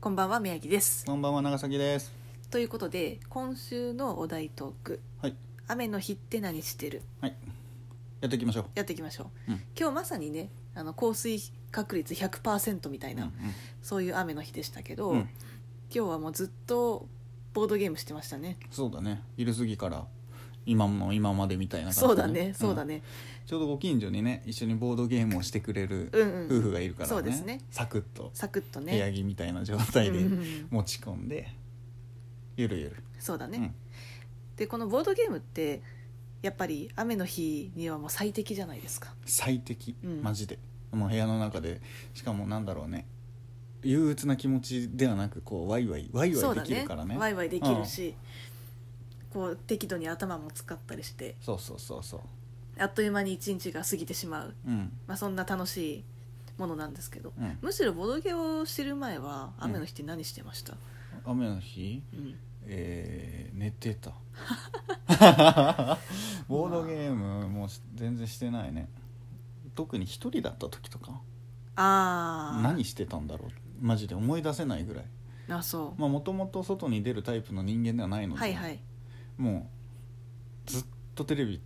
こんばんは宮城ですこんばんは長崎です。ということで今週のお題トークはい「雨の日って何してる?はいやっていきましょう」。やっていきましょう、うん今日まさにねあの降水確率100%みたいな、そういう雨の日でしたけど、うんうん今日はもうずっとボードゲームしてましたねそうだね昼過ぎから今も今までみたいな感じそうだねそうだね、ね、んちょうどご近所にね一緒にボードゲームをしてくれるうんうん夫婦がいるからね,、そうですねサクッとサクッと部ね屋着みたいな状態でうんうんうん持ち込んで、ゆるゆるそうだね、うんでこのボードゲームってやっぱり雨の日にはもう最適じゃないですか最適、うんマジでもう部屋の中でしかもなんだろうね憂鬱な気持ちではなくこうワイワイワイそうワイでだきるからねワイワイできるし、こう適度に頭も使ったりしてそうそうそうそうあっという間に一日が過ぎてしまう、うんまあ、そんな楽しいものなんですけど、うんむしろボドゲを知る前は雨の日って何してました、雨の日うんえー寝 てたボードゲームもう全然してないね特に一人だった時とかああ何してたんだろうマジで思い出せないぐらいあそう、まあもともと外に出るタイプの人間ではないので、はいはいもうずっとテレビ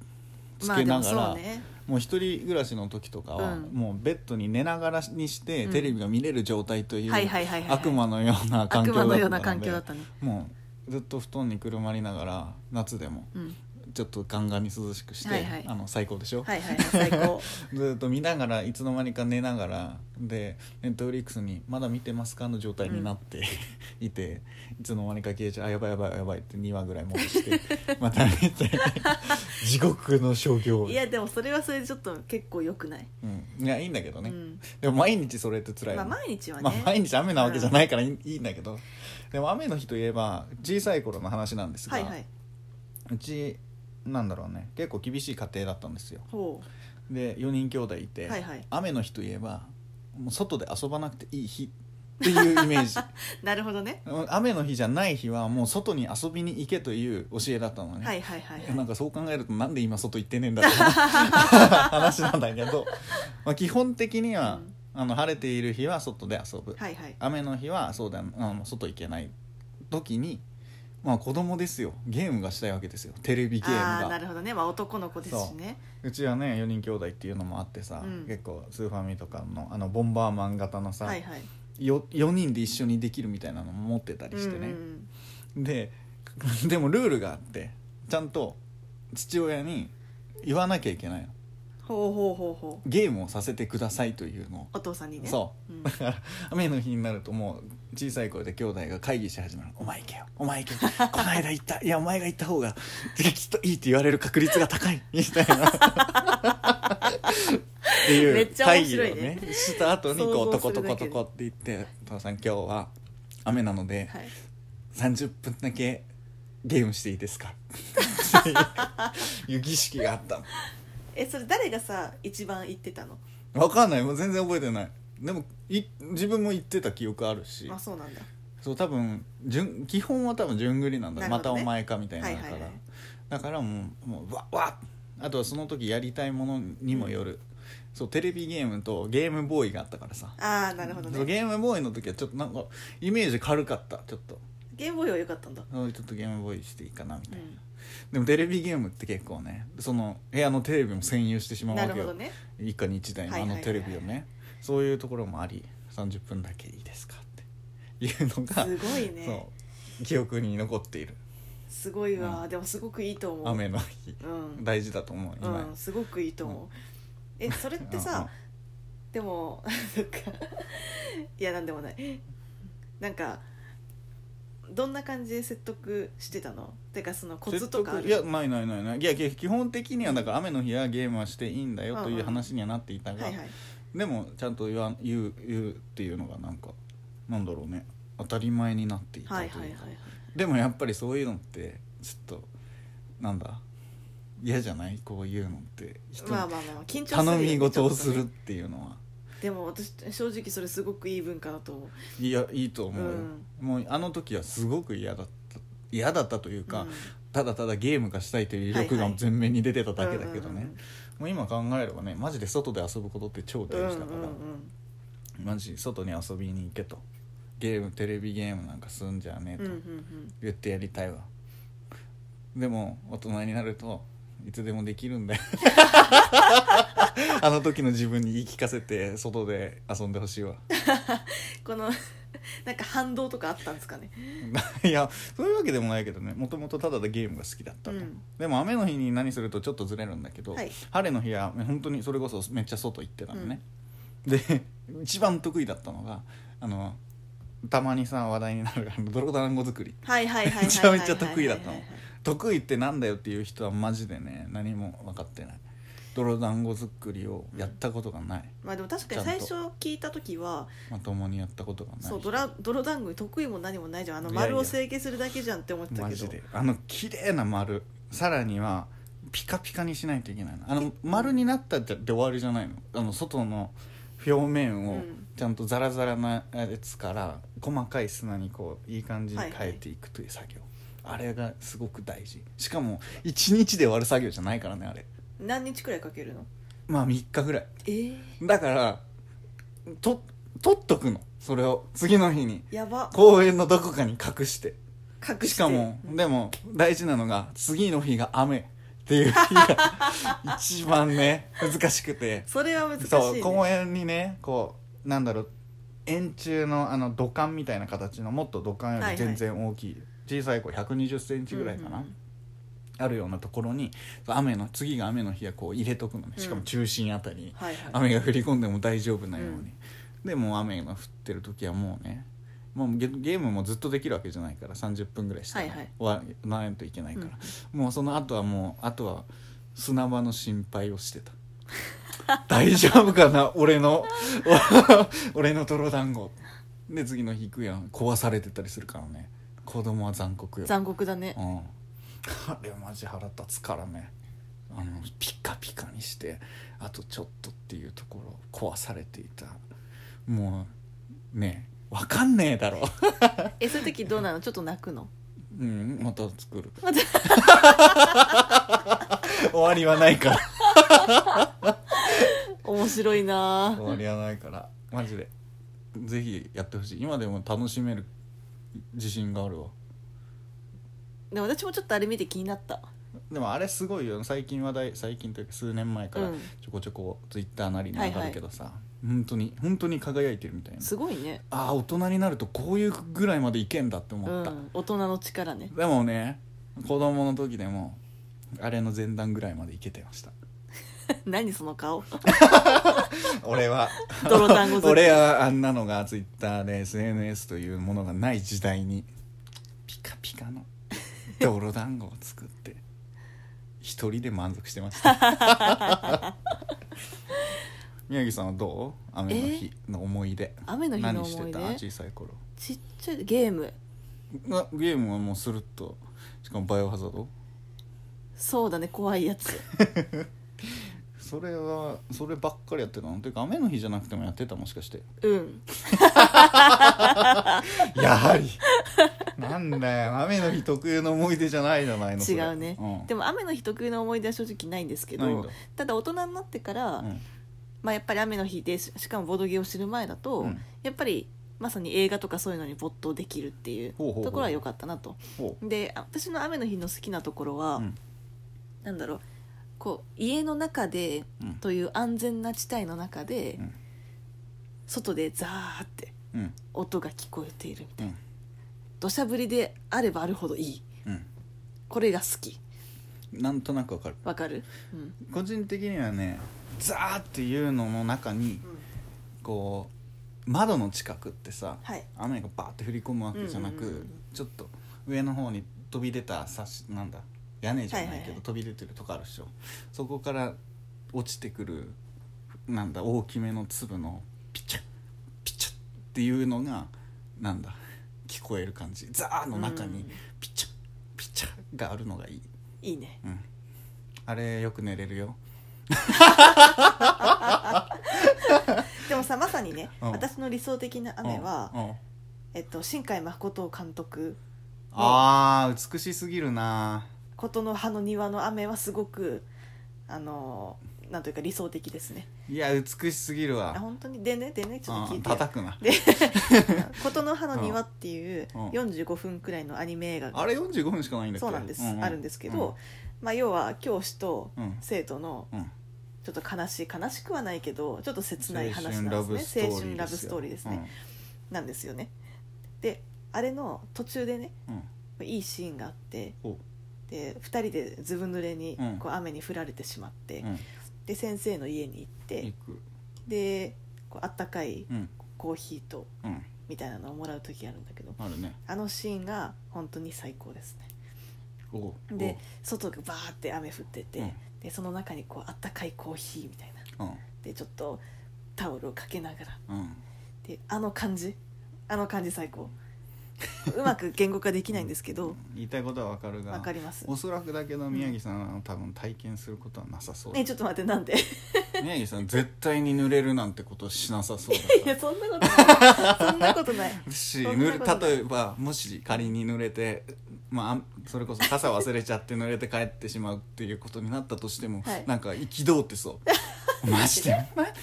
つまあけでなもがそら、うねもう一人暮らしの時とかは、うんもうベッドに寝ながらにしてうんテレビが見れる状態というはいはいはいはいはい悪魔のような環境悪魔だったののでような環境だったね、もうずっと布団にくるまりながら夏でもうん、ちょっとガンガンに涼しくして、はいはいあの最高でしょ、はいはい最高ずっと見ながらいつの間にか寝ながらでネットフリックスに「まだ見てますか?」の状態になって、いていつの間にか消えちゃう「あやばいやばいやばい」って2話ぐらい戻してまた見て 地獄の商業いやでもそれはそれでちょっと結構よくない、うん、いやいいんだけどね、うんでも毎日それって辛いまよあ、ね毎日はね、まあ、毎日雨なわけじゃないからいい,、んだけどでも雨の日といえば小さい頃の話なんですが、はいはいうちなんだろうね結構厳しい家庭だったんですよほで4人兄弟いて、はいはい雨の日といえばもう外で遊ばなくていい日っていうイメ ージうなるほどねうん雨の日じゃない日はもう外に遊びに行けという教えだったのね、はいはいはいはいなんかそう考えるとなんで今外行ってねえんだって 話なんだけど、まあ、基本的には、あの晴れている日は外で遊ぶ、はいはい雨の日はそうだあの外行けない時にまあ子供ですよゲームがしたいわけですよテレビゲームあがあーなるほどねまあ男の子ですしねうちはね4人兄弟っていうのもあってさ、うん結構スーファミとかのあのボンバーマン型のさ、はいはいよ4人で一緒にできるみたいなのも持ってたりしてうんうね、んで でもルールがあってちゃんと父親に言わなきゃいけないのほうほうほうほうゲームをさせてくださいというのをお父さんにねそう、んだから雨の日になるともう小さい声で兄弟が会議し始める「お前行けよお前行けよこの間行ったいやお前が行った方がきっといい」って言われる確率が高いみたいなってめいっうちゃ面会議を白いねねした後にこう想ト像コするだトけコトコって言って「父さん今日は雨なのではい30分だけゲームしていいですか?」っていう儀式があったのえそれ誰がさ一番言ってたのわかんないもう全然覚えてないでもい自分も言ってた記憶あるしあそうなんだそう多分順基本は多分順繰りなんだ、なるほまどたねお前かみたいなはいだはかいら、はいだからもうもうわわあとはその時やりたいものにもよる、そうテレビゲームとゲームボーイがあったからさああなるほどそうねゲームボーイの時はちょっとなんかイメージ軽かったちょっとゲームボーイは良かったんだうんちょっとゲームボーイしていいかなみうたいな、んでもテレビゲームって結構ねその部屋のテレビも占有してしまうなわるけほよ、どね一家に一台のはいあはいはいはのいテレビをねそういうところもあり30分だけいいですかっていうのがすごいねそう記憶に残っているすごいわでもすごくいいと思う雨の日うん大事だと思う今、うんすごくいいと思うえそれってうんさうんでもそっかいやなんでもないなんかどんな感じで説得してたのてかそのコツとかあ説得るいやないないないないいや基本的にはだから雨の日はゲームはしていいんだうんうよんという話にはなっていたが、はいはいでもちゃんと言わん言う言うっていうのがなんかなんだろうね当たり前になっていたとはいいうか、はいはいはいでもやっぱりそういうのってちょっとなんだ嫌じゃないこういうのって人にまあまあまあまあ緊張するよね頼み事ちをょっとすねるっていうのはでも私正直それすごくいい文化だと思ういやいいと思うよ、うもうあの時はすごく嫌だった嫌だったというか、うんただただゲームがしたいという欲はがいはい前面に出てただけだけどね、うんうんもう今考えればねマジで外で遊ぶことって超大うんうん事だから、うんマジ外に遊びに行けとゲームテレビゲームなんかすんじゃねうんえうとんうん言ってやりたいわ、でも大人になるといつでもできるん だよ あの時の自分に言い聞かせて外で遊んでほしいわこの なんか反動とかあったんですかね いやそういうわけでもないけどねもともとただでゲームが好きだったと、うんでも雨の日に何するとちょっとずれるんだけど、はい晴れの日は本当にそれこそめっちゃ外行ってたのね、で一番得意だったのがあのたまにさ話題になるあの泥団子作りはいはいはいはいめちゃめちゃ得意だったのはいはい得意ってなんだよっていう人はマジでね何も分かってない泥団子作りをやったことがない、まあでも確かに最初聞いた時はまともにやったことがないそうドラ泥団子に得意も何もないじゃんあのいやいや丸を成形するだけじゃんって思ってたマけどジであの綺麗な丸さらにはピカピカにしないといけないのあの丸になったで終わりじゃないのあの外の表面うをんちゃんとザラザラなやつから細かい砂にこういい感じに変えていくという作業、あれがすごく大事しかも1日で終わる作業じゃないからねあれ何日くらいかけるのまあ3日ぐらいえー、だからと取っとくのそれを次の日にやば公園のどこかに隠して隠してしかもうんでも大事なのが次の日が雨っていう日が 一番ね難しくてそれは難しい、ね、そう公園にねこうなんだろう円柱のあの土管みたいな形のもっと土管より全然大きい、小さい子1 2 0ンチぐらいかな、うんうんあるようなところに雨の次が雨の日はこう入れとくのねしかも中心あたりに、はいはい 雨が降り込んでも大丈夫なよううに、んでもう雨が降ってる時はもうねもうゲゲームもずっとできるわけじゃないから30分ぐらいしたら、はいはい終わらないといけないから、もうその後はもうあとは砂場の心配をしてた 大丈夫かな俺の 俺の泥団子で次の日行くやん壊されてたりするからね子供は残酷よ残酷だねうん、あれマジ腹立つからねあのピカピカにしてあとちょっとっていうところを壊されていたもうねわかんねえだろえそういう時どうなのちょっと泣くのうんまた作 るまた終わりはないから面白いな終わりはないからマジでぜひやってほしい今でも楽しめる自信があるわでも私もちょっとあれ見て気になったでもあれすごいよ最近話題最近というか数年前からうんちょこちょこツイッターなりに上がるけどさ、本当に本当に輝いてるみたいなすごいねああ大人になるとこういうぐらいまでいけんだって思うった、ん大人の力 ねでもね子供の時でもあれの前段ぐらいまでいけてました何その顔 俺は泥団子俺はあんなのが Twitter で SNS というものがない時代にピカピカの泥団子を作って一人で満足してました 宮城さんはどう雨の日の思い出雨の日の何して思いた出小さい頃ちっちゃいゲームあゲームはもうスルッとしかもバイオハザードそうだね怖いやつそれはそればっかりやってたのていうか雨の日じゃなくてもやってたもしかしてうんやはり なんだよ雨の日特有の思い出じゃないじゃないのそ違れうね、うん、でも雨の日特有の思い出は正直ないんですけないんどだただ大人になってから、うんまあ、やっぱり雨の日でししかもボードゲーを知る前だと、うんやっぱりまさに映画とかそういうのに没頭できるっていうほうほうほうところは良かったなとほうであ私の雨の日の好きなところは、うんなんだろうこう家の中でうんという安全な地帯の中で、うん外でザーってうん音が聞こえているみたいなうん土砂降りであればあるほどいいうんこれが好きなんとなくわかるわかる、うん個人的にはねザーっていうのの中にこう窓の近くってさ、はい雨がバーって降り込むわけじゃなく、うんうんうんうんちょっと上の方に飛び出たさしなんだ屋根じゃないけど、はいはいはい飛び出てるとこあるでしょそこから落ちてくるなんだ大きめの粒のピチャッピチャッっていうのがなんだ聞こえる感じザーの中うにんピチャッピチャッがあるのがいい、いいねうん、あれよく寝れるよでもさまさにね、うん私の理想的な雨は、うんうんえっと、新海誠監督あー美しすぎるな琴の葉の庭の雨はすごくあのなんというか理想的ですねいや美しすぎるあわ本当にでねでねちょっと聞うんいて叩くなで 「琴の葉の庭」っていううん45分くらいのアニメ映画があれ45分しかないんだっけそうなんです、あるんですけど、、まあ、要は教師と生徒のうんうんちょっと悲しい悲しくはないけどちょっと切ない話なん青春ラブでスすトねーリー青春ラブストーリーですね、なんですよねであれの途中でねうんうんいいシーンがあっておで2人でずぶ濡れにうんこう雨に降られてしまって、うんで先生の家に行って行くでこうあったかいうんコーヒーとうんみたいなのをもらう時があるんだけどあるねあのシーンが本当に最高ですねおうで外がバーって雨降ってて、うんでその中にこうあったかいコーヒーみたいなおうでちょっとタオルをかけながらうんうんであの感じあの感じ最 高うまく言語化できないんですけど言いたいことはわかるがわかりますおそらくだけど宮城さんは多分体験することはなさそうだえちょっと待ってなんで宮城さん絶対に濡れるなんてことしなさそう だいやそんなこと ないそんなことないしそんな濡ことれない例えばもし仮に濡れて、まああん、それこそ傘忘れちゃって濡れて帰ってしまうっていうことになったとしても、はいなんか憤ってそう マジでまなんで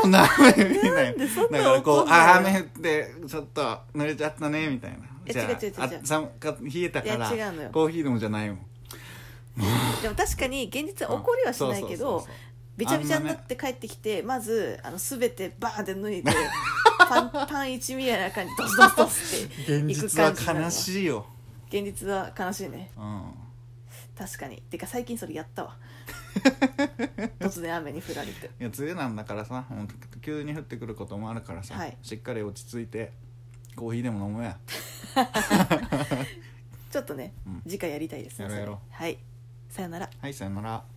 こんな雨降りないでそんなだからこう怒んあない雨降ってちょっと濡れちゃったねみたいなえじゃ違う違う違うああ寒か冷えたからいや違うのよコーヒーでもじゃないもんでも確かに現実は怒りはしないけうんどそうそうびちゃびちゃになって帰ってきて、まずあの全てバーンって脱いでパン パン一みたいな感じドスドスドスってそうそう現実は悲いしいよ、現実は悲しいねうん、確かにてか最近それや ったわ突然雨に降られていや梅雨なんだからさもう急に降ってくることもあるからさ、はいしっかり落ち着いてコーヒーでも飲もうやちょっとね、うん次回やりたいですねやろうやろうそれはいさよならはいさよなら